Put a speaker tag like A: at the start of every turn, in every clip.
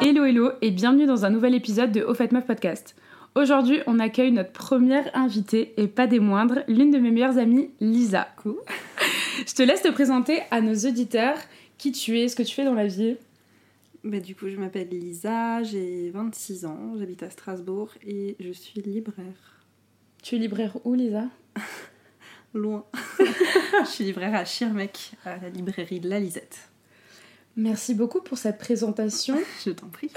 A: hello et bienvenue dans un nouvel épisode de Au fait meuf podcast. Aujourd'hui, on accueille notre première invitée et pas des moindres, l'une de mes meilleures amies, Lisa.
B: Coucou.
A: Je te laisse te présenter à nos auditeurs qui tu es, ce que tu fais dans la vie.
B: Bah, du coup, je m'appelle Lisa, j'ai 26 ans, j'habite à Strasbourg et je suis libraire.
A: Tu es libraire où, Lisa
B: Loin. je suis libraire à Schirmeck, à la librairie de la Lisette.
A: Merci beaucoup pour cette présentation.
B: Je t'en prie.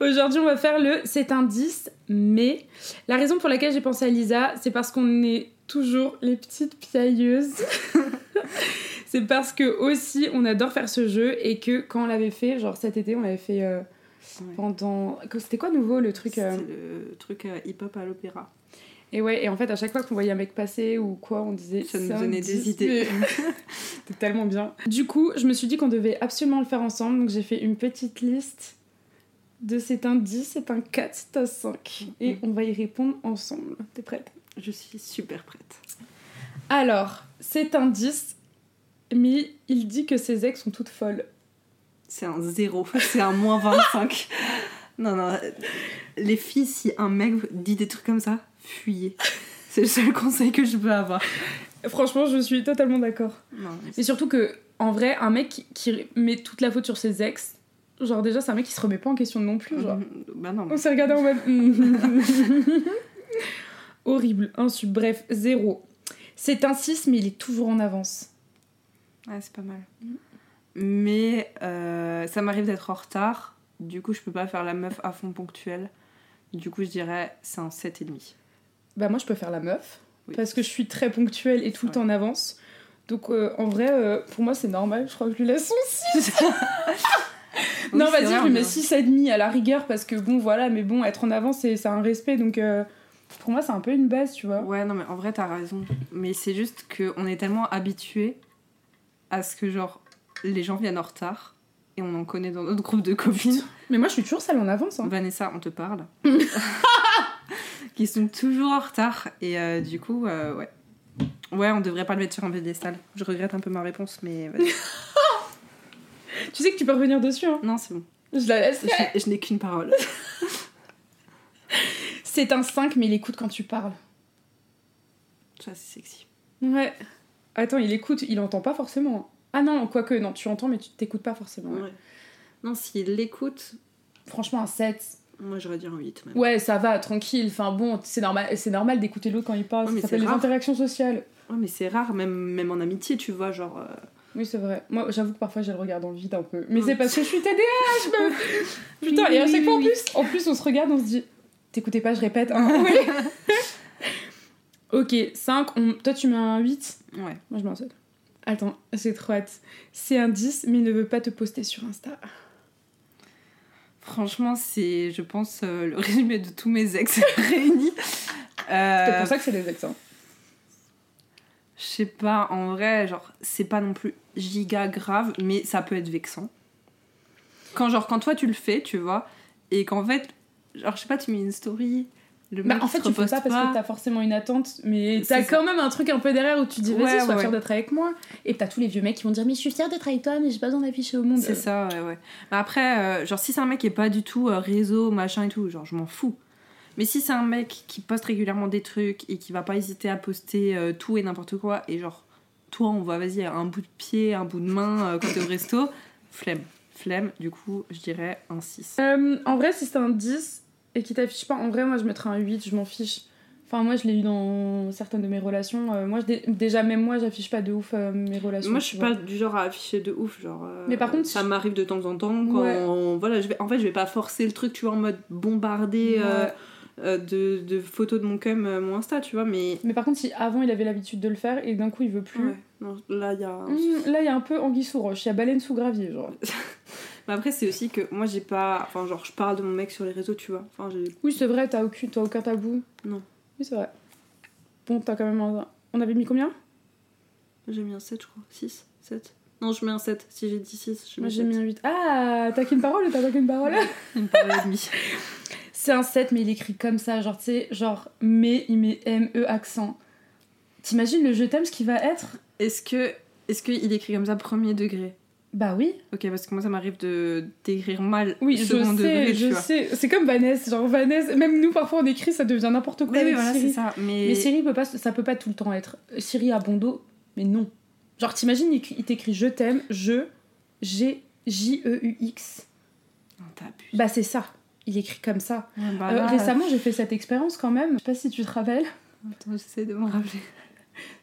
A: Aujourd'hui, on va faire le c'est un 10, mais la raison pour laquelle j'ai pensé à Lisa, c'est parce qu'on est toujours les petites piailleuses. c'est parce que aussi, on adore faire ce jeu et que quand on l'avait fait, genre cet été, on l'avait fait euh,
B: Ouais.
A: pendant. que- C'était quoi nouveau le truc euh,
B: C'était le truc euh, hip-hop à l'opéra.
A: Et ouais, et en fait, à chaque fois qu'on voyait un mec passer ou quoi, on disait.
B: Ça nous
A: C'est un
B: donnait des
A: 10,
B: idées.
A: mais- C'était tellement bien. Du coup, je me suis dit qu'on devait absolument le faire ensemble, donc j'ai fait une petite liste de c'est un 10, c'est un 4, c'est un 5. Et
B: Mhm.
A: on va y répondre ensemble. T'es prête
B: Je suis super prête.
A: Alors, c'est un 10, mais il dit que ses ex sont toutes folles.
B: C'est un zéro, c'est un moins 25. non, non. euh, Les filles, si un mec vous dit des trucs comme ça, fuyez. C'est le seul conseil que je peux avoir.
A: Franchement, je suis totalement d'accord.
B: Non,
A: Et surtout que, en vrai, un mec qui, qui met toute la faute sur ses ex, genre déjà, c'est un mec qui se remet pas en question non plus, genre.
B: Mhm. Bah non.
A: On s'est regardé en mode. hmm. Horrible, insulte, bref, zéro. C'est un 6, mais il est toujours en avance.
B: Ouais, c'est pas mal. Mais euh, ça m'arrive d'être en retard. Du coup, je peux pas faire la meuf à fond ponctuelle. Du coup, je dirais c'est un 7,5.
A: Bah, moi, je peux faire la meuf,
B: Oui.
A: parce que je suis très ponctuelle et tout le
B: Ouais.
A: temps en avance. Donc, euh, en vrai, euh, pour moi, c'est normal. Je crois que je lui laisse son 6. non, vas-y, je lui mets 6,5 à la rigueur, parce que bon, voilà, mais bon, être en avance, c'est c'est un respect. Donc, euh, pour moi, c'est un peu une base, tu vois.
B: Ouais, non, mais en vrai, t'as raison. Mais c'est juste qu'on est tellement habitué à ce que, genre, les gens viennent en retard. Et on en connaît dans notre groupe de copines.
A: Mais moi, je suis toujours celle en avance. hein.
B: Vanessa, on te parle. Qui sont toujours en retard. Et euh, du coup, euh, ouais. Ouais, on devrait pas le mettre sur un piédestal. Je regrette un peu ma réponse, mais vas-y.
A: Tu sais que tu peux revenir dessus, hein.
B: Non, c'est bon.
A: Je la laisse.
B: Je, je n'ai qu'une parole.
A: C'est un 5, mais il écoute quand tu parles.
B: Ça, c'est sexy.
A: Ouais. Attends, il écoute, il entend pas forcément. Ah non, quoique, non, tu entends, mais tu t'écoutes pas forcément. ouais.
B: Non, s'il l'écoute,
A: Franchement, un 7.
B: moi j'aurais dit un 8 même.
A: Ouais, ça va, tranquille. Enfin bon, c'est normal, c'est normal d'écouter l'autre quand il parle.
B: Ouais,
A: ça
B: mais
A: s'appelle
B: c'est
A: les
B: rare.
A: interactions sociales.
B: Ouais, mais c'est rare, même, même en amitié, tu vois, genre. euh,
A: Oui, c'est vrai. Moi, j'avoue que parfois, j'ai le regard dans le vide un peu. Mais
B: Mm.
A: c'est parce que je suis TDAH, meuf Putain,
B: Oui,
A: et à
B: oui,
A: chaque
B: oui,
A: fois, en
B: oui.
A: plus, en plus, on se regarde, on se dit T'écoutais pas, je répète. hein. Oui. ok, 5. On... Toi, tu mets un 8.
B: Ouais.
A: Moi, je mets un 7. Attends, j'ai trop hâte. C'est un 10, mais il ne veut pas te poster sur Insta.
B: Franchement, c'est, je pense, euh, le résumé de tous mes ex réunis. Euh,
A: C'est pour ça que c'est des ex. hein.
B: Je sais pas, en vrai, genre, c'est pas non plus giga grave, mais ça peut être vexant. Quand, genre, quand toi tu le fais, tu vois, et qu'en fait, genre, je sais pas, tu mets une story, le
A: Bah,
B: mec
A: en fait,
B: il te
A: tu fais
B: reposte
A: ça parce que t'as forcément une attente, mais
B: C'est
A: t'as
B: ça.
A: quand même un truc un peu derrière où tu te dis vas-y,
B: Ouais,
A: sois
B: ouais,
A: fière
B: ouais.
A: d'être avec moi. Et t'as tous les vieux mecs qui vont dire mais je suis fière d'être avec toi, mais j'ai pas besoin d'afficher au monde. euh.
B: C'est ça, ouais, ouais. Mais après, euh, genre, si c'est un mec qui est pas du tout euh, réseau, machin et tout, genre, je m'en fous. Mais si c'est un mec qui poste régulièrement des trucs et qui va pas hésiter à poster euh, tout et n'importe quoi, et genre, toi, on voit, vas-y, un bout de pied, un bout de main euh, quand t'es au resto, flemme. Flemme, du coup, je dirais un 6.
A: Euh, en vrai, si c'est un 10 et qu'il t'affiche pas, en vrai, moi je mettrais un 8, je m'en fiche. Enfin, moi je l'ai eu dans certaines de mes relations. Euh, moi, je dé- déjà, même moi, j'affiche pas de ouf euh, mes relations.
B: Moi, je
A: tu
B: suis
A: vois.
B: pas du genre à afficher de ouf, genre. euh,
A: Mais par contre,
B: ça
A: je-
B: m'arrive de temps en temps quand
A: Ouais.
B: on- voilà, je vais, en fait, je vais pas forcer le truc, tu vois, en mode bombarder euh,
A: Ouais.
B: euh, de, de photos de mon cum, euh, mon Insta, tu vois, mais
A: Mais par contre, si avant il avait l'habitude de le faire et d'un coup il veut plus.
B: ouais, non, là, il y a. un souci.
A: Hum, là, il y a un peu anguille sous roche, il y a baleine sous gravier, genre.
B: Mais après, c'est aussi que moi, j'ai pas, enfin, genre, je parle de mon mec sur les réseaux, tu vois. Enfin, j'ai-
A: Oui, c'est vrai, t'as aucun, t'as aucun tabou.
B: Non.
A: Oui, c'est vrai. Bon, t'as quand même un... On avait mis combien
B: j'ai mis un 7, je crois, 6, 7. Non, je mets un 7. Si j'ai dit 6, je
A: Moi,
B: mets
A: j'ai mis un 8. Ah, t'as qu'une parole ou t'as pas qu'une parole
B: une parole et demie.
A: C'est un 7, mais il écrit comme ça, genre, tu sais, genre, mais, il met M, E, accent. T'imagines le je t'aime, ce qui va être
B: Est-ce que, est-ce qu'il écrit comme ça, premier degré
A: Bah oui.
B: Ok, parce que moi ça m'arrive de d'écrire mal
A: Oui, je
B: second degré,
A: sais,
B: tu
A: je
B: vois.
A: sais. C'est comme Vanessa, genre Vanessa, même nous parfois on écrit, ça devient n'importe quoi
B: Oui, oui,
A: avec
B: voilà, c'est
A: Siri.
B: ça. Mais,
A: Mais Siri peut pas, ça peut pas tout le temps être. euh, Siri a bon dos, mais non. Genre t'imagines, il il t'écrit je t'aime, je, G, J, E, U, X.
B: Non, t'abuses.
A: Bah c'est ça. Il écrit comme ça.
B: Ouais, Oh, bah
A: Euh,
B: là,
A: récemment, j'ai fait cette expérience quand même. Je sais pas si tu te rappelles.
B: Attends, j'essaie de me rappeler.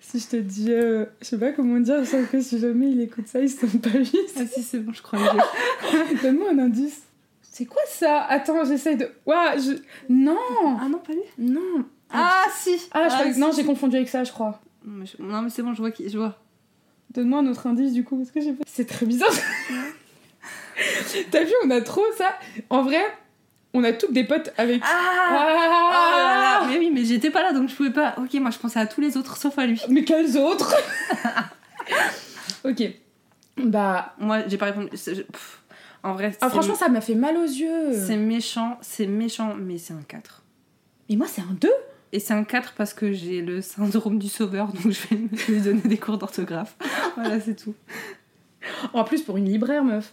A: Si je te dis, euh, je sais pas comment dire, sauf que si jamais il écoute ça, il se tombe pas juste.
B: Ah si, c'est bon, je crois que j'ai-
A: Donne-moi un indice. C'est quoi ça Attends, j'essaie de. Ouah, je. Non
B: Ah non, pas lui.
A: Non
B: Ah si.
A: Ah, je crois que-
B: si,
A: non,
B: si.
A: j'ai confondu avec ça, je crois.
B: Non, mais je- Non, mais c'est bon, je vois qui, je vois.
A: Donne-moi un autre indice du coup, parce que j'ai pas. C'est très bizarre. T'as vu, on a trop ça. En vrai, on a toutes des potes avec.
B: Ah. Oh là là,
A: Ah
B: mais oui, mais j'étais pas là donc je pouvais pas. Ok, moi je pensais à tous les autres sauf à lui.
A: Mais quels autres Ok. Bah.
B: Moi j'ai pas répondu. c'est- je- pff. En vrai,
A: Ah,
B: c'est-
A: franchement, ça m'a fait mal aux yeux.
B: c'est méchant, c'est méchant, mais c'est un 4.
A: Mais moi, c'est un 2
B: Et c'est un 4 parce que j'ai le syndrome du sauveur donc je vais me- lui donner des cours d'orthographe. voilà, c'est tout.
A: En plus, pour une libraire, meuf.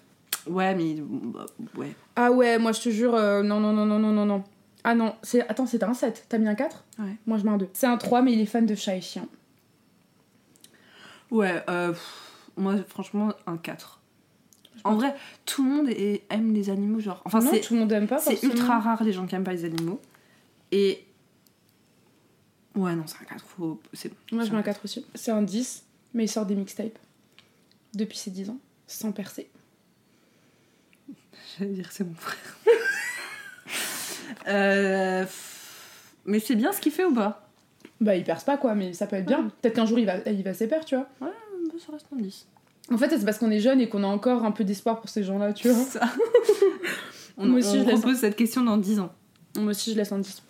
B: Ouais, mais bah, ouais.
A: Ah ouais, moi, je te jure, euh, non, non, non, non, non, non, non. Ah non, c'est... attends, c'était un 7. T'as mis un 4
B: Ouais.
A: Moi, je mets un 2. C'est un 3, mais il est fan de chat et chien.
B: Ouais, euh, pff, moi franchement un 4. En vrai, tout le monde est- aime les animaux, genre. Enfin,
A: non,
B: c'est
A: tout le monde aime pas.
B: c'est
A: forcément.
B: ultra rare les gens qui aiment pas les animaux. Et. Ouais, non, c'est un 4. Faut... c'est bon.
A: Moi, je mets un 4 aussi. C'est un 10, mais il sort des mixtapes. Depuis ses 10 ans, sans percer.
B: J'allais dire, c'est mon frère. Euh, pff, Mais c'est bien ce qu'il fait ou pas
A: Bah, il perce pas, quoi, mais ça peut être bien.
B: Ouais.
A: Peut-être qu'un jour, il va, il va s'épaire, tu vois.
B: Bah, Ça reste un 10.
A: En fait, c'est parce qu'on est jeune et qu'on a encore un peu d'espoir pour ces gens-là, tu vois.
B: Ça. on
A: Moi aussi,
B: on
A: je laisse-
B: repose cette question dans 10 ans.
A: Moi aussi, je laisse un 10.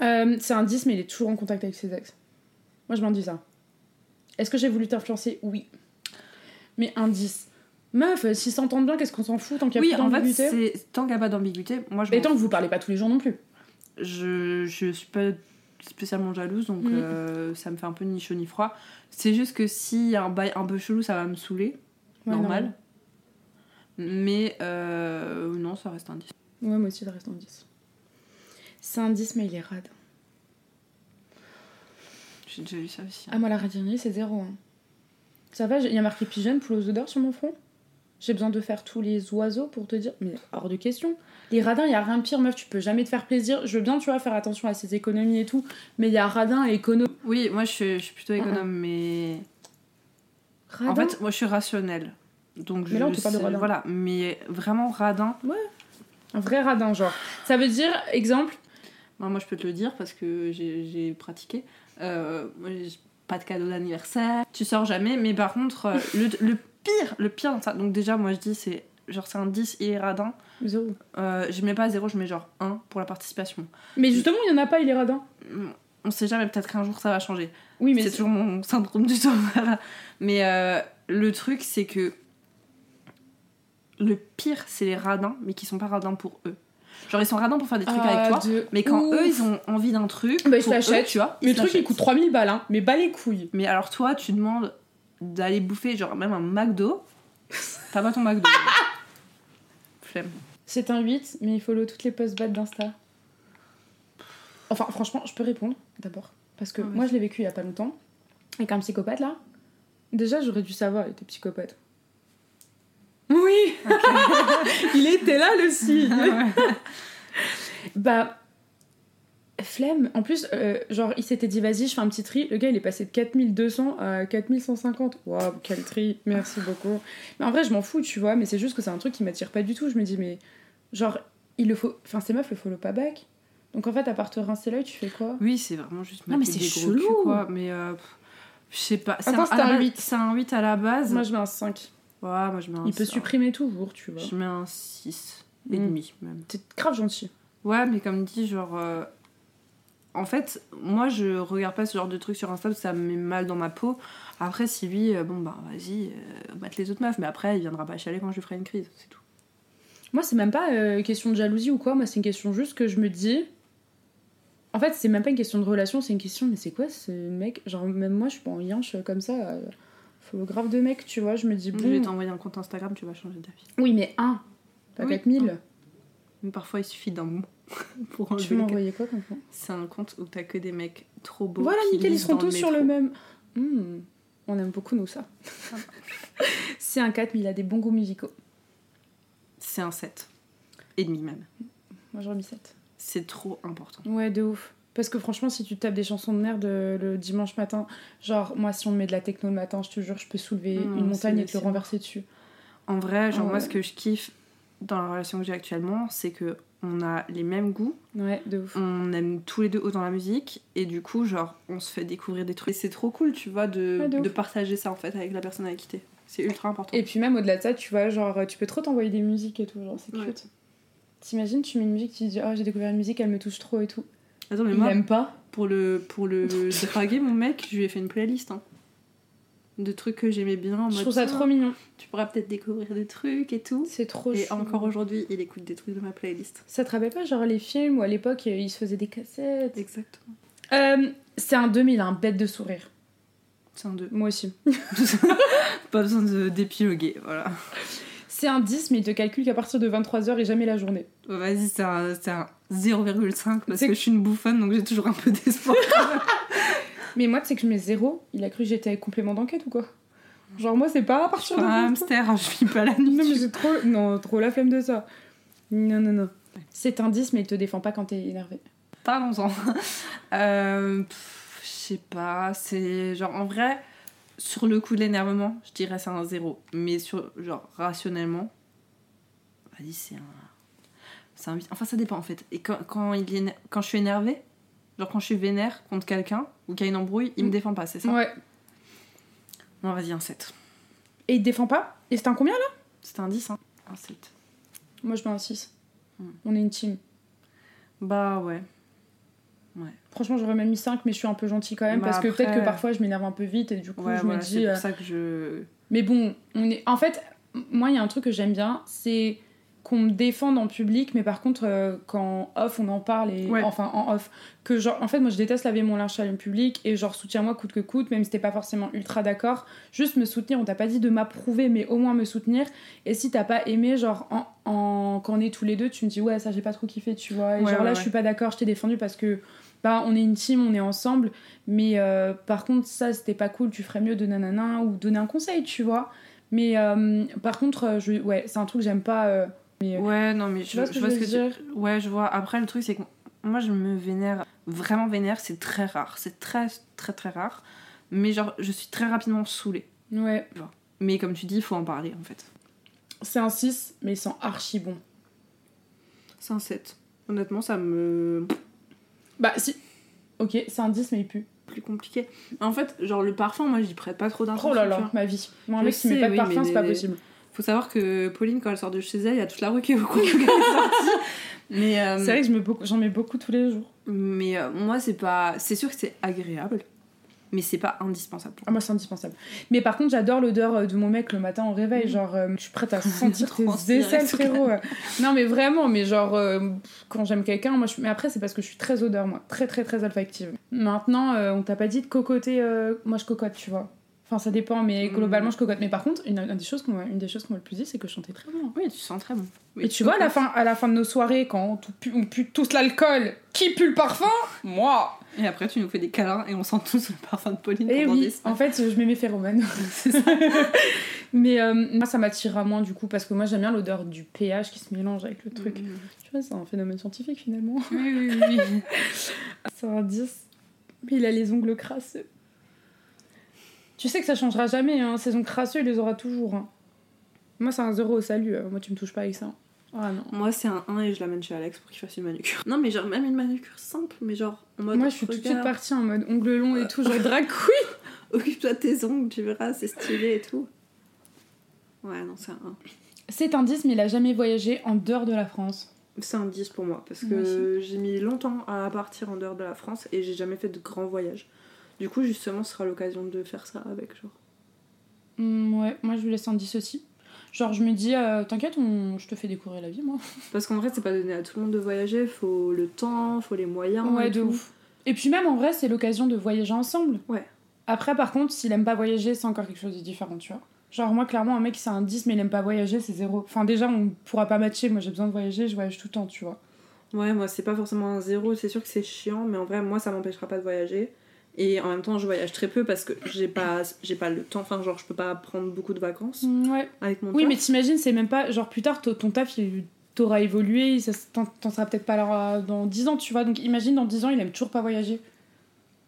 A: Euh, c'est un 10, mais il est toujours en contact avec ses ex. Moi, je m'en dis ça. Est-ce que j'ai voulu t'influencer Oui. Mais un 10. Meuf, euh, s'ils s'entendent bien, qu'est-ce qu'on s'en fout tant qu'il y a
B: Oui,
A: plus
B: en fait,
A: d'ambiguïté Bah,
B: c'est tant qu'il n'y a pas d'ambiguïté, moi je,
A: Et
B: m'en
A: tant que vous parlez pas tous les jours non plus.
B: je je suis pas spécialement jalouse donc
A: Mm.
B: euh, ça me fait un peu ni chaud ni froid. C'est juste que s'il y a un bail un peu chelou, ça va me saouler.
A: Ouais,
B: normal. Mais euh, non, ça reste un 10.
A: non. Ouais, moi aussi, ça reste en 10. C'est un 10, mais il est rade.
B: J'ai déjà vu ça aussi. hein.
A: Ah, moi, la radinerie, c'est 0. hein. Ça va, j'ai- il y a marqué pigeon, poulet aux odeurs sur mon front. J'ai besoin de faire tous les oiseaux pour te dire. Mais hors de question. Les radins, il y a rien de pire, meuf, tu peux jamais te faire plaisir. Je veux bien, tu vois, faire attention à ses économies et tout. Mais il y a radin et écono.
B: Oui, moi je suis, je suis plutôt économe, mais.
A: Ah, Radin
B: En fait, moi je suis rationnelle. Donc
A: Mais là, on
B: je
A: te parle de
B: sais-
A: radin.
B: Voilà, mais vraiment radin.
A: Un vrai radin, genre. Ça veut dire, exemple.
B: Moi, moi, je peux te le dire parce que j'ai j'ai pratiqué. Euh, moi, j'ai pas de cadeau d'anniversaire, tu sors jamais, mais par contre, euh, le, le pire, le pire dans ça. Donc, déjà, moi je dis, c'est genre c'est un 10 il est radin.
A: Zéro.
B: Euh, je mets pas 0, je mets genre 1 pour la participation.
A: Mais justement, il y en a pas, il est radin.
B: On sait jamais, peut-être qu'un jour ça va changer.
A: Oui, mais.
B: c'est toujours mon syndrome du sauveur. Mais euh, le truc, c'est que le pire, c'est les radins, mais qui sont pas radins pour eux. Genre, ils sont radins pour faire des trucs
A: Ah,
B: avec toi, mais quand eux, ils ont envie d'un truc,
A: Bah, ils se
B: pour eux,
A: l'achètent.
B: tu vois. ils
A: Le
B: se
A: truc, il
B: l'achètent.
A: coûte 3000 balles, hein. Mais bas les couilles.
B: Mais alors, toi, tu demandes d'aller bouffer, genre, même un McDo. T'as pas ton McDo. Flemme.
A: C'est un 8, mais il follow toutes les posts bad d'Insta. Enfin, franchement, je peux répondre d'abord. Parce que
B: Ah, vas-y.
A: moi, je l'ai vécu il y a pas longtemps. Avec un psychopathe, là. Déjà, j'aurais dû savoir, il était psychopathe. Oui Il était là, le signe Bah. Flemme. En plus, euh, genre, il s'était dit, vas-y, je fais un petit tri. Le gars, il est passé de 4200 à 4150. Waouh, quel tri. Merci beaucoup. Mais en vrai, je m'en fous, tu vois. Mais c'est juste que c'est un truc qui m'attire pas du tout. Je me dis, mais genre, il le faut. Enfin, ces meufs le follow pas back. Donc en fait, à part te rincer l'œil, tu fais quoi
B: Oui, c'est vraiment juste
A: Non, mais
B: mater
A: c'est
B: des gros
A: chelou.
B: culs, quoi. Mais euh, pff, je sais pas. C'est
A: Attends,
B: à
A: c'est
B: la
A: un
B: base-
A: huit.
B: C'est un 8 à la base.
A: Moi, je mets un 5.
B: Ouais, moi, je mets un
A: Il peut
B: six.
A: supprimer tout court, tu vois.
B: Je mets un 6
A: Mm.
B: et demi même.
A: T'es grave gentil.
B: Ouais, mais comme dit, genre. euh, En fait, moi je regarde pas ce genre de truc sur Insta parce que ça me met mal dans ma peau. Après, si lui, euh, bon bah vas-y, euh, batte les autres meufs, mais après il viendra pas chialer quand je lui ferai une crise, c'est tout.
A: Moi, c'est même pas euh, question de jalousie ou quoi. Moi, c'est une question juste que je me dis. En fait, c'est même pas une question de relation, c'est une question, mais c'est quoi ce mec Genre, même moi, je suis pas en yinche comme ça. euh, follow grave de mecs, tu vois. Je me dis,
B: Je vais
A: bon.
B: t'envoyer un compte Instagram, tu vas changer d'avis.
A: Oui, mais un, pas
B: Oui,
A: 4000.
B: Mais parfois, il suffit d'un mot pour
A: Tu
B: enlever
A: m'as
B: le
A: envoyé quoi comme ça
B: C'est un compte où t'as que des mecs trop beaux.
A: Voilà,
B: qui
A: nickel, ils
B: lisent
A: seront
B: dans
A: tous sur le
B: métro.
A: même. Hmm, on aime beaucoup, nous, ça. C'est un 4, mais il a des bons goûts musicaux.
B: C'est un 7. Et demi même.
A: Moi, j'aurais mis 7.
B: C'est trop important.
A: Ouais, de ouf. Parce que franchement, si tu tapes des chansons de merde euh, le dimanche matin, genre, moi, si on me met de la techno le matin, je te jure, je peux soulever
B: Non,
A: une montagne
B: c'est-
A: et te le
B: c'est
A: renverser dessus.
B: En vrai, genre,
A: Ah
B: moi,
A: ouais.
B: ce que je kiffe dans la relation que j'ai actuellement, c'est que on a les mêmes goûts,
A: Ouais, de ouf.
B: on aime tous les deux autant la musique, et du coup, genre, on se fait découvrir des trucs. Et c'est trop cool, tu vois, de,
A: Ouais, de ouf.
B: de partager ça en fait avec la personne avec qui t'es. C'est ultra important.
A: Et puis, même au-delà de ça, tu vois, genre, tu peux trop t'envoyer des musiques et tout, genre, c'est
B: Ouais.
A: cute. T'imagines, tu mets une musique, tu dis, oh, j'ai découvert une musique, elle me touche trop et tout.
B: Attends, mais
A: Il
B: moi,
A: aime pas.
B: pour le, pour le draguer, mon mec, je lui ai fait une playlist hein, de trucs que j'aimais bien. En
A: Je
B: mode,
A: trouve ça
B: tiens,
A: trop mignon.
B: Tu pourras peut-être découvrir des trucs et tout.
A: C'est trop
B: Et
A: chou.
B: encore aujourd'hui, il écoute des trucs de ma playlist.
A: Ça te rappelle pas, genre, les films où à l'époque, euh, ils se faisaient des cassettes
B: Exactement.
A: Euh, c'est un 2000, un bête de sourire.
B: C'est un 2.
A: Moi aussi.
B: Pas besoin de d'épiloguer, voilà.
A: C'est un 10, mais il te calcule qu'à partir de 23h et jamais la journée.
B: Ouais, Bah, Vas-y, c'est un, c'est un 0,5 parce
A: C'est-
B: que je suis une bouffonne donc j'ai toujours un peu d'espoir.
A: Mais moi, tu sais que je mets 0, il a cru que j'étais avec complément d'enquête ou quoi Genre, moi, c'est pas à
B: Je suis
A: partir de.
B: un
A: 23.
B: hamster, je vis pas la nuit.
A: Non, mais j'ai trop... Non, trop la flemme de ça. Non, non, non. C'est un 10, mais il te défend pas quand t'es énervé.
B: Parlons-en. Euh, pff, je sais pas, c'est genre en vrai, sur le coup de l'énervement, je dirais c'est un 0. Mais sur, genre, rationnellement, vas-y, c'est un. C'est un huit. Enfin, ça dépend en fait. Et quand, quand, il est éner- quand je suis énervée, genre quand je suis vénère contre quelqu'un ou qu'il y a une embrouille, il me
A: Mm.
B: défend pas, c'est ça
A: Ouais.
B: Non, vas-y, un 7.
A: Et il te défend pas Et c'est un combien là
B: C'est un 10, hein Un 7.
A: Moi, je mets un 6.
B: Hmm.
A: On est une team.
B: Bah ouais.
A: Franchement, j'aurais même mis 5, mais je suis un peu gentille quand même,
B: Bah,
A: parce que peut-être
B: après-
A: que parfois je m'énerve un peu vite et du coup,
B: ouais,
A: je
B: voilà,
A: me
B: c'est
A: dis.
B: pour
A: euh,
B: ça que je.
A: Mais bon, on est. En fait, m- moi, il y a un truc que j'aime bien, c'est qu'on me défende en public, mais par contre, euh, quand off, on en parle et
B: Ouais.
A: enfin en off, que genre, en fait, moi, je déteste laver mon linge à l'homme public et genre soutiens-moi coûte que coûte, même si t'es pas forcément ultra d'accord, juste me soutenir. On t'a pas dit de m'approuver, mais au moins me soutenir. Et si t'as pas aimé, genre en, en- quand on est tous les deux, tu me dis ouais, ça j'ai pas trop kiffé, tu vois. Et
B: Ouais,
A: genre là,
B: ouais,
A: je
B: ouais.
A: suis pas d'accord, je t'ai défendu parce que bah on est une team, on est ensemble. Mais euh, par contre, ça, c'était pas cool, tu ferais mieux de nanana ou donner un conseil, tu vois. Mais euh, par contre, euh, je, ouais, c'est un truc que j'aime pas. euh, mais, euh,
B: Ouais, non, mais je,
A: tu vois ce que je veux
B: tu-
A: dire
B: Ouais, je vois. Après, le truc, c'est que moi, je me vénère. Vraiment vénère, c'est très rare. C'est très, très, très rare. Mais genre, je suis très rapidement saoulée.
A: Ouais,
B: Mais comme tu dis, il faut en parler, en fait.
A: c'est un 6, mais ils sont archi bons.
B: C'est un 7. Honnêtement, ça me...
A: Bah, si. Ok, c'est un 10, mais il pue.
B: Plus compliqué. En fait, genre, le parfum, moi, j'y prête pas trop d'attention.
A: Oh là
B: tu
A: là,
B: vois.
A: ma vie. Moi, un
B: Je
A: mec qui
B: sais,
A: met pas de
B: oui,
A: parfum,
B: mais
A: c'est pas
B: les-
A: possible.
B: Faut savoir que Pauline, quand elle sort de chez elle, il y a toute la rue qui est au coin qu'elle est sortie. Mais, euh,
A: C'est vrai que je mets beaucoup- j'en mets beaucoup tous les jours.
B: mais euh, moi, c'est pas... C'est sûr que c'est agréable, mais c'est pas indispensable.
A: Ah, moi, c'est indispensable. Mais par contre, j'adore l'odeur euh, de mon mec le matin au réveil.
B: Mm.
A: Genre, euh, je suis prête à
B: Quand il
A: sentir tes
B: transpire et
A: aisselles,
B: tout.
A: frérot. non, mais vraiment, mais genre, euh, pff, quand j'aime quelqu'un, moi, je... mais après, c'est parce que je suis très odeur, moi. Très, très, très olfactive. Maintenant, euh, on t'a pas dit de cocoter. euh, Moi, je cocote, tu vois. Enfin, ça dépend, mais
B: Mm.
A: globalement, je cocote. Mais par contre, une, une des choses qu'on m'a une des choses qu'on m'a le plus dit, c'est que je chantais très bien.
B: Oui, tu sens très bon.
A: Et tu vois, à la, fin, à la fin de nos soirées, quand on tout pue- on pue tous l'alcool, qui pue le parfum Moi
B: Et après, tu nous fais des câlins et on sent tous le parfum de Pauline
A: Et
B: pendant des
A: Eh oui,
B: semaines.
A: en fait, je mets mes phéromones.
B: C'est ça.
A: Mais euh, moi, ça m'attirera moins du coup, parce que moi, j'aime bien l'odeur du pH qui se mélange avec le truc.
B: Oui,
A: Tu vois, c'est un phénomène scientifique finalement.
B: Mm. oui, oui.
A: C'est un 10. Mais il a les ongles crasseux. Tu sais que ça changera jamais, hein. Ses ongles crasseux, il les aura toujours. hein. Moi, c'est un zéro au salut. euh. Moi, tu me touches pas avec ça. Ah non.
B: Moi, c'est un 1 et je l'amène chez Alex pour qu'il fasse une manucure. Non, mais genre, même une manucure simple, mais genre, en mode.
A: Moi, je suis tout de suite
B: regarde,
A: partie en mode ongles longs et
B: Euh.
A: tout, genre drag queen.
B: Occupe-toi de tes ongles, tu verras, c'est stylé et tout. Ouais, non, c'est un 1.
A: C'est un 10, mais il a jamais voyagé en dehors de la France.
B: C'est un 10 pour moi, parce
A: Moi
B: que j'ai mis longtemps à partir en dehors de la France et j'ai jamais fait de grands voyages. Du coup, justement, ce sera l'occasion de faire ça avec, genre.
A: Hmm, ouais, moi, je lui laisse un 10 aussi. Genre, je me dis, euh, t'inquiète, on... je te fais découvrir la vie, moi.
B: Parce qu'en vrai, c'est pas donné à tout le monde de voyager, faut le temps, faut les moyens.
A: Ah, Ouais,
B: et
A: de
B: tout.
A: ouf. Et puis même en vrai, c'est l'occasion de voyager ensemble.
B: Ouais.
A: À Après, par contre, s'il aime pas voyager, c'est encore quelque chose de différent, tu vois. Genre, moi, clairement, un mec, c'est un 10, mais il aime pas voyager, c'est zéro. Enfin, déjà, on pourra pas matcher. Moi, j'ai besoin de voyager, je voyage tout le temps, tu vois.
B: Ouais, moi, c'est pas forcément un zéro, c'est sûr que c'est chiant, mais en vrai, moi, ça m'empêchera pas de voyager. Et en même temps, je voyage très peu parce que j'ai pas, j'ai pas le temps, enfin, genre, je peux pas prendre beaucoup de vacances
A: Ouais.
B: avec mon
A: Mm. Oui,
B: taf.
A: mais t'imagines, c'est même pas. Genre, plus tard, t- ton taf, il t'aura évolué, ça s- t'en t'en seras peut-être pas là euh, dans 10 ans, tu vois. Donc, imagine, dans 10 ans, il aime toujours pas voyager.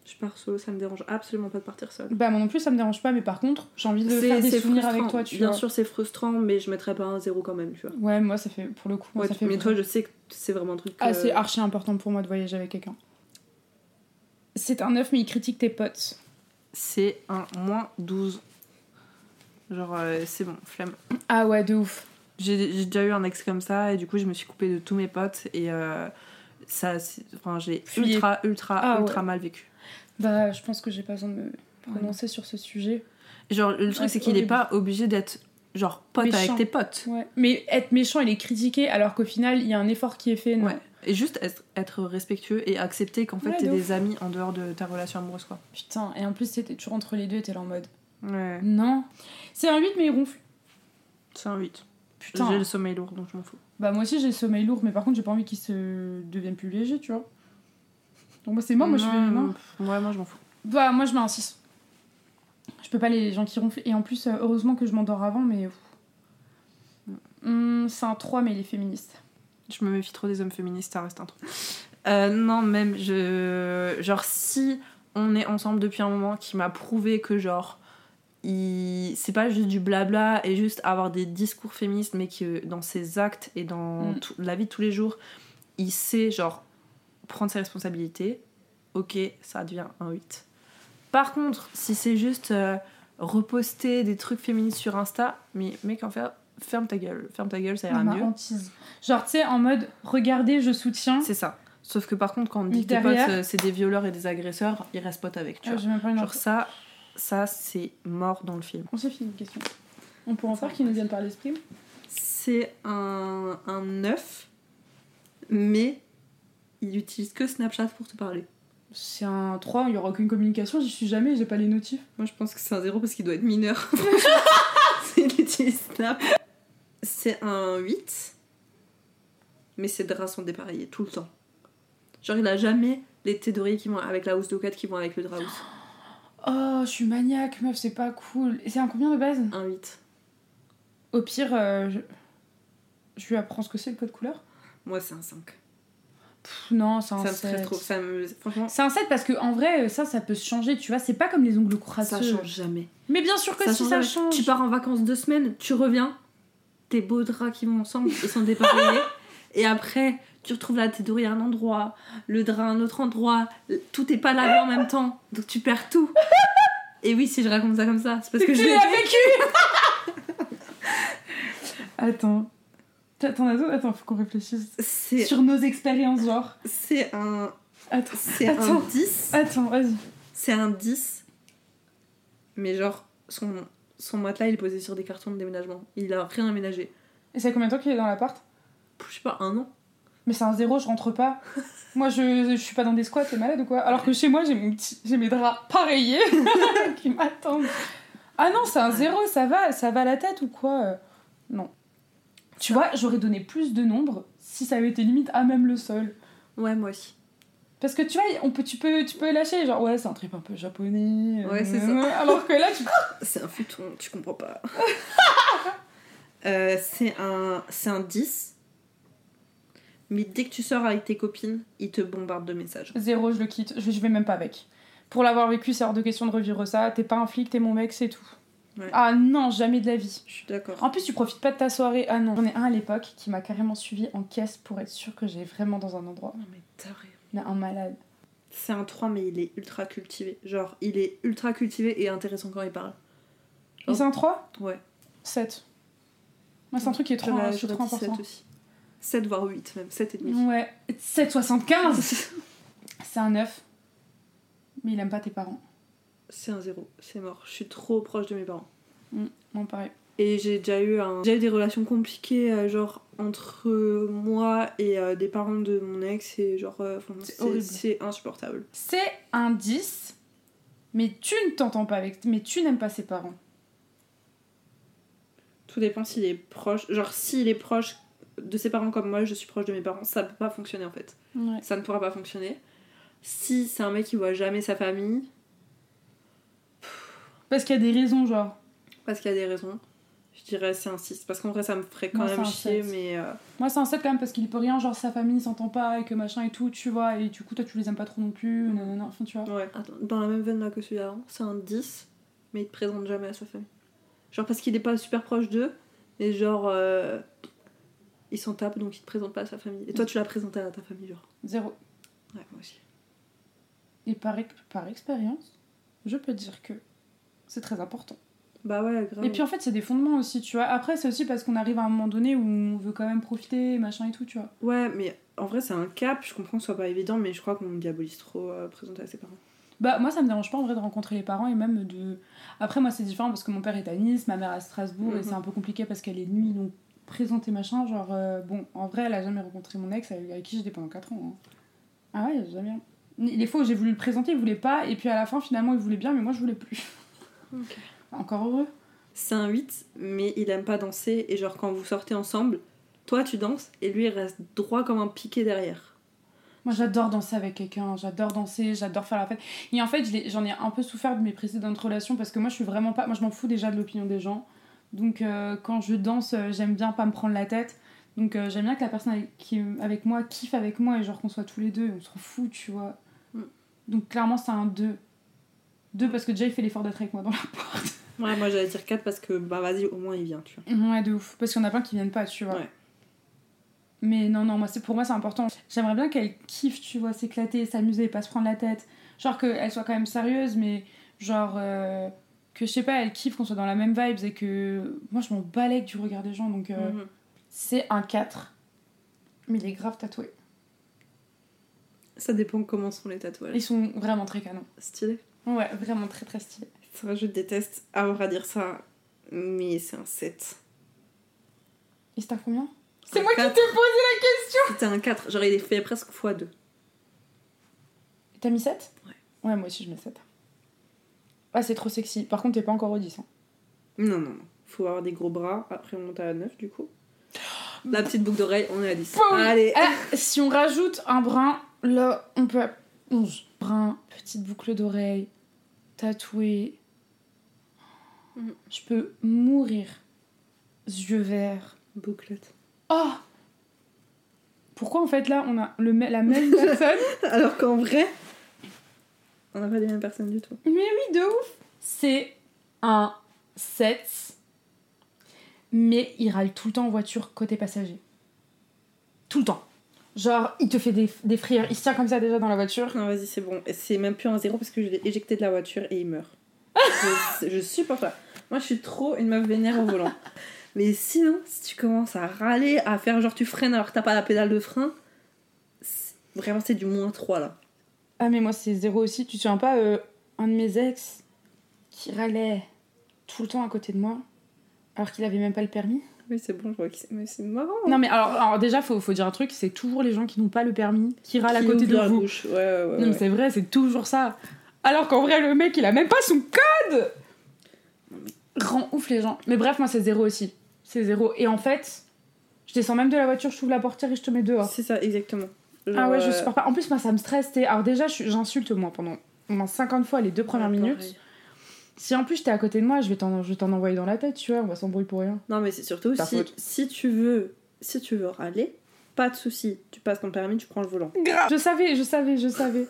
B: Je pars solo, ça me dérange absolument pas de partir seule.
A: Bah, moi non plus, ça me dérange pas, mais par contre, j'ai envie de faire des souvenirs avec toi, tu
B: Bien
A: vois.
B: sûr, c'est frustrant, mais je mettrais pas un zéro quand même, tu vois.
A: Ouais, moi, ça fait. Pour le coup, moi,
B: Ouais,
A: ça fait.
B: mais toi, je sais que c'est vraiment un truc.
A: Ah,
B: euh,
A: c'est archi important pour moi de voyager avec quelqu'un. C'est un 9, mais il critique tes potes.
B: c'est un moins 12. Genre, euh, c'est bon, flemme.
A: Ah ouais, de ouf.
B: J'ai j'ai déjà eu un ex comme ça, et du coup, je me suis coupée de tous mes potes, et euh, ça, c'est- enfin, j'ai
A: Fuyez.
B: ultra, ultra,
A: Ah,
B: ultra mal vécu.
A: Bah, je pense que j'ai pas besoin de me prononcer sur ce sujet.
B: Genre, le
A: Ouais,
B: truc, c'est qu'il est
A: horrible.
B: pas obligé d'être, genre, pote
A: Méchant.
B: avec tes potes.
A: Ouais. Mais être méchant, il est critiqué, alors qu'au final, il y a un effort qui est fait. non
B: Ouais. Et juste être, être respectueux et accepter qu'en fait,
A: Ouais,
B: t'es
A: de
B: des amis en dehors de ta relation amoureuse, quoi.
A: Putain, et en plus, t'étais toujours entre les deux et t'es là en mode.
B: Ouais.
A: Non. C'est un 8, mais il ronfle.
B: C'est un 8.
A: Putain.
B: J'ai le sommeil lourd, donc je m'en fous.
A: Bah, moi aussi, j'ai le sommeil lourd, mais par contre, j'ai pas envie qu'il se devienne plus léger, tu vois. Donc, moi, c'est mort, moi, je suis. Non.
B: pff, Ouais, moi, je m'en fous.
A: Bah, moi, je mets un 6. Je peux pas les gens qui ronflent. Et en plus, euh, heureusement que je m'endors avant, mais. Hum, c'est un 3, mais il est féministe.
B: Je me méfie trop des hommes féministes, ça reste un truc. Euh, non, même, je... genre, si on est ensemble depuis un moment qui m'a prouvé que, genre, il... c'est pas juste du blabla et juste avoir des discours féministes, mais que dans ses actes et dans
A: Mm.
B: tout- la vie de tous les jours, il sait, genre, prendre ses responsabilités, ok, ça devient un 8. Par contre, si c'est juste euh, reposter des trucs féministes sur Insta, mais mec, en fait, ferme ta gueule, ferme ta gueule, ça ira
A: Ma
B: mieux.
A: hantise. Genre, tu sais, en mode, regardez, je soutiens.
B: C'est ça. Sauf que par contre, quand on
A: Mais
B: dit que tes potes,
A: derrière-
B: euh, c'est des violeurs et des agresseurs, ils restent potes avec, tu
A: Ah,
B: vois.
A: j'ai même pas une
B: Genre ça, ça c'est mort dans le film.
A: On s'est fini une question. On peut en faire qui nous viennent par l'esprit
B: C'est un, un 9, mais il utilise que Snapchat pour te parler.
A: C'est un 3, il n'y aura aucune communication, j'y suis jamais, j'ai pas les notifs.
B: Moi je pense que c'est un 0 parce qu'il doit être mineur. il utilise Snap. C'est un 8, mais ses draps sont dépareillés tout le temps. Genre il a jamais les théories qui vont avec la housse d'ocade qui vont avec le drap housse.
A: Oh, je suis maniaque, meuf, c'est pas cool. Et c'est un combien de base
B: Un 8.
A: Au pire, euh, je... je lui apprends ce que c'est le code couleur
B: Moi c'est un 5.
A: Pff, Non, c'est un
B: ça
A: 7.
B: me stresse trop. Ça me... Franchement,
A: C'est un 7 parce que en vrai, euh, ça, ça peut se changer, tu vois. C'est pas comme les ongles
B: ça
A: crasseux.
B: change jamais.
A: Mais bien sûr que si,
B: change
A: ça
B: jamais.
A: change.
B: Tu pars en vacances deux semaines, tu reviens, tes beaux draps qui vont ensemble, ils sont dépareillés. et après, tu retrouves la théorie à un endroit, le drap à un autre endroit, tout est pas lavé en même temps, donc tu perds tout. Et oui, si je raconte ça comme ça, c'est parce
A: C'est
B: que
A: que
B: je
A: tu
B: l'ai
A: l'as
B: fait.
A: vécu Attends. T'en as d'autres Attends, faut qu'on réfléchisse.
B: C'est
A: Sur nos expériences, genre.
B: c'est un,
A: Attends,
B: c'est
A: Attends.
B: un 10.
A: attends, vas-y.
B: C'est un 10. Mais genre, son, son matelas, il est posé sur des cartons de déménagement. Il a rien aménagé.
A: Et ça fait combien de temps qu'il est dans l'appart
B: Je sais pas, un an.
A: Mais c'est un zéro, je rentre pas. Moi, je, je suis pas dans des squats, t'es malade ou quoi Alors que chez moi, j'ai mon petit, j'ai mes draps pareillés qui m'attendent. Ah non, c'est un zéro, ça va, ça va à la tête ou quoi euh, Non. Tu vois, j'aurais donné plus de nombres si ça avait été limite à même le sol.
B: Ouais, moi aussi.
A: Parce que tu vois, on peut, tu, peux, tu peux lâcher, genre ouais, c'est un trip un peu japonais. euh,
B: Ouais, c'est ça.
A: euh, Alors que là, tu.
B: C'est un futon, tu comprends pas. Euh, c'est un, c'est un 10. Mais dès que tu sors avec tes copines, ils te bombardent de messages.
A: Zéro, je le quitte, je, je vais même pas avec. Pour l'avoir vécu, c'est hors de question de revivre ça. T'es pas un flic, t'es mon mec, c'est tout.
B: Ouais.
A: Ah non, jamais de la vie.
B: Je suis d'accord.
A: En plus, tu profites pas de ta soirée. Ah non. J'en ai un à l'époque qui m'a carrément suivi en caisse pour être sûr que j'ai vraiment dans un endroit.
B: Non mais taré.
A: Mais un malade.
B: C'est un 3, mais il est ultra cultivé. Genre, il est ultra cultivé et intéressant quand il parle.
A: Et c'est un 3
B: Ouais.
A: 7. Moi, c'est un truc qui est trop,
B: J'aurais-
A: Oh. Ah bah, je suis
B: j'aurais
A: trop
B: dit 7
A: important.
B: aussi. 7 voire 8 même, 7 et demi.
A: Ouais. 7,75 C'est un 9. Mais il aime pas tes parents.
B: c'est un 0, c'est mort. Je suis trop proche de mes parents.
A: Non, pareil.
B: Et j'ai déjà eu, un... j'ai eu des relations compliquées, euh, genre entre euh, moi et euh, des parents de mon ex, et genre, euh, enfin,
A: C'est
B: c'est-
A: horrible.
B: c'est insupportable.
A: C'est un 10. Mais tu ne t'entends pas avec. Mais tu n'aimes pas ses parents.
B: Tout dépend s'il est proche. Genre, s'il est proche de ses parents comme moi, je suis proche de mes parents, ça peut pas fonctionner en fait.
A: Ouais.
B: Ça ne pourra pas fonctionner. Si c'est un mec qui voit jamais sa famille,
A: Parce qu'il y a des raisons, genre.
B: parce qu'il y a des raisons, je dirais c'est un 6. Parce qu'en vrai, ça me ferait quand
A: Moi,
B: même
A: c'est un
B: chier,
A: sept.
B: mais. euh,
A: Moi, c'est un 7 quand même parce qu'il peut rien, genre sa famille s'entend pas et que machin et tout, tu vois. Et du coup, toi, tu les aimes pas trop non plus.
B: Mhm.
A: nanana, enfin, tu vois.
B: Ouais. Attends, dans la même veine là que celui d'avant, c'est un 10, mais il te présente jamais à sa famille. Genre parce qu'il n'est pas super proche d'eux, mais genre. euh, il s'en tape donc il te présente pas à sa famille. Et toi tu l'as présenté à ta famille, genre.
A: Zéro.
B: Ouais, moi aussi.
A: Et par, ex- par expérience, je peux dire que c'est très important.
B: Bah ouais, grave.
A: Et puis en fait, c'est des fondements aussi, tu vois. Après, c'est aussi parce qu'on arrive à un moment donné où on veut quand même profiter, machin et tout, tu vois.
B: Ouais, mais en vrai c'est un cap, je comprends que ce soit pas évident, mais je crois qu'on diabolise trop euh, présenter à ses parents.
A: Bah, moi, ça me dérange pas en vrai de rencontrer les parents et même de. Après, moi, c'est différent parce que mon père est à Nice, ma mère à Strasbourg et
B: Mhm.
A: c'est un peu compliqué parce qu'elle est nuit donc présenter machin. Genre, euh, bon, en vrai, elle a jamais rencontré mon ex avec qui j'étais pendant 4 ans. hein. Ah ouais, jamais. Il est faux, j'ai voulu le présenter, il voulait pas, et puis à la fin, finalement, il voulait bien, mais moi, je voulais plus.
B: Ok.
A: Encore heureux.
B: C'est un 8, mais il aime pas danser, et genre quand vous sortez ensemble, toi tu danses et lui il reste droit comme un piqué derrière.
A: Moi, j'adore danser avec quelqu'un, j'adore danser, j'adore faire la fête. Et en fait, je l'ai- j'en ai un peu souffert de mes précédentes relations parce que moi, je suis vraiment pas. Moi, je m'en fous déjà de l'opinion des gens. Donc, euh, quand je danse, euh, j'aime bien pas me prendre la tête. Donc, euh, j'aime bien que la personne avec, qui, avec moi kiffe avec moi et genre qu'on soit tous les deux, on s'en fout, tu vois.
B: Mm.
A: Donc, clairement, c'est un 2. 2 parce que déjà, il fait l'effort d'être avec moi dans la porte.
B: Ouais, moi j'allais dire 4 parce que bah vas-y, au moins il vient, tu vois.
A: ouais, de ouf. Parce qu'il y en a plein qui viennent pas, tu vois.
B: Ouais.
A: Mais non, non, moi, c'est- pour moi, c'est important. J'aimerais bien qu'elle kiffe, tu vois, s'éclater, s'amuser, pas se prendre la tête. Genre qu'elle soit quand même sérieuse, mais genre euh, que je sais pas, elle kiffe qu'on soit dans la même vibes et que moi, je m'en balèque du regard des gens, donc euh,
B: Mhm.
A: c'est un 4. Mais il est grave tatoué.
B: Ça dépend comment sont les tatouages.
A: Ils sont vraiment très canons.
B: Stylé.
A: Ouais, vraiment très très stylés.
B: C'est vrai, je déteste avoir à dire ça, mais c'est un 7.
A: Et c'est un combien C'est
B: Un
A: moi qui
B: quatre.
A: t'ai posé
B: C'était un 4, j'aurais été fait presque x2.
A: T'as mis 7
B: Ouais.
A: Ouais, moi aussi, je mets 7. Ah, c'est trop sexy. Par contre, t'es pas encore au 10. hein.
B: Non, non, non. Faut avoir des gros bras, après on monte à 9 du coup. La petite boucle d'oreille, on est à 10.
A: Boum
B: Allez,
A: Ah, si on rajoute un brin, là, on peut. à 11. Brin, petite boucle d'oreille, tatoué.
B: Mhm.
A: Je peux mourir. Yeux verts.
B: bouclette.
A: Oh Pourquoi en fait là on a le, mê- la même personne
B: Alors qu'en vrai, on n'a pas les mêmes personnes du tout.
A: Mais oui, de ouf C'est un 7, mais il râle tout le temps en voiture côté passager. Tout le temps. Genre, il te fait des, des frires, il se tient comme ça déjà dans la voiture.
B: Non, vas-y, c'est bon. Et C'est même plus un 0 parce que je l'ai éjecté de la voiture et il meurt. je, je supporte pas. Moi, je suis trop une meuf vénère au volant. Mais sinon, si tu commences à râler, à faire genre tu freines alors que t'as pas la pédale de frein, c'est- vraiment c'est du moins 3 là.
A: Ah, mais moi, c'est zéro aussi. Tu te souviens pas, euh, un de mes ex qui râlait tout le temps à côté de moi, alors qu'il avait même pas le permis
B: Oui, c'est bon, je vois que c'est mais c'est marrant. hein.
A: Non, mais alors, alors déjà, faut, faut dire un truc c'est toujours les gens qui n'ont pas le permis qui râlent à
B: Qui
A: côté
B: ouvre
A: de
B: la
A: vous.
B: bouche. Ouais, ouais, ouais,
A: Non, mais
B: ouais.
A: c'est vrai, c'est toujours ça. Alors qu'en vrai, le mec, il a même pas son code Rend ouf les gens. Mais bref, moi, c'est zéro aussi. C'est zéro. Et en fait, je descends même de la voiture, je t'ouvre la portière et je te mets dehors.
B: C'est ça, exactement. Genre,
A: ah ouais, je
B: euh,
A: supporte pas. En plus, moi, ça me stresse. t'es- Alors déjà, je suis- j'insulte moi pendant au moins 50 fois les deux premières
B: ouais,
A: minutes.
B: euh, pareil.
A: Si en plus t'es à côté de moi, je vais t'en je vais t'en envoyer dans la tête, tu vois, on va s'embrouiller pour rien.
B: Non, mais c'est surtout
A: Ta
B: si,
A: faute.
B: si tu veux si tu veux râler, pas de souci, tu passes ton permis, tu prends le volant.
A: Je savais, je savais, je savais.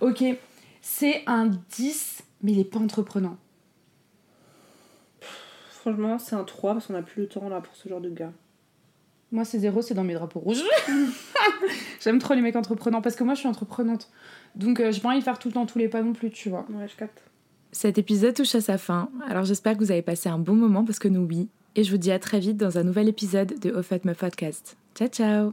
A: ok, c'est un 10, mais il est pas entreprenant.
B: Franchement, c'est un 3 parce qu'on a plus le temps là pour ce genre de gars.
A: Moi, c'est zéro, c'est dans mes drapeaux rouges. J'aime trop les mecs entreprenants parce que moi, je suis entreprenante. Donc, euh, j'ai pas envie de faire tout le temps tous les pas non plus, tu vois.
B: Ouais, je capte.
C: Cet épisode touche à sa fin, alors j'espère que vous avez passé un bon moment parce que nous oui, et je vous dis à très vite dans un nouvel épisode de Au fait me podcast. Ciao ciao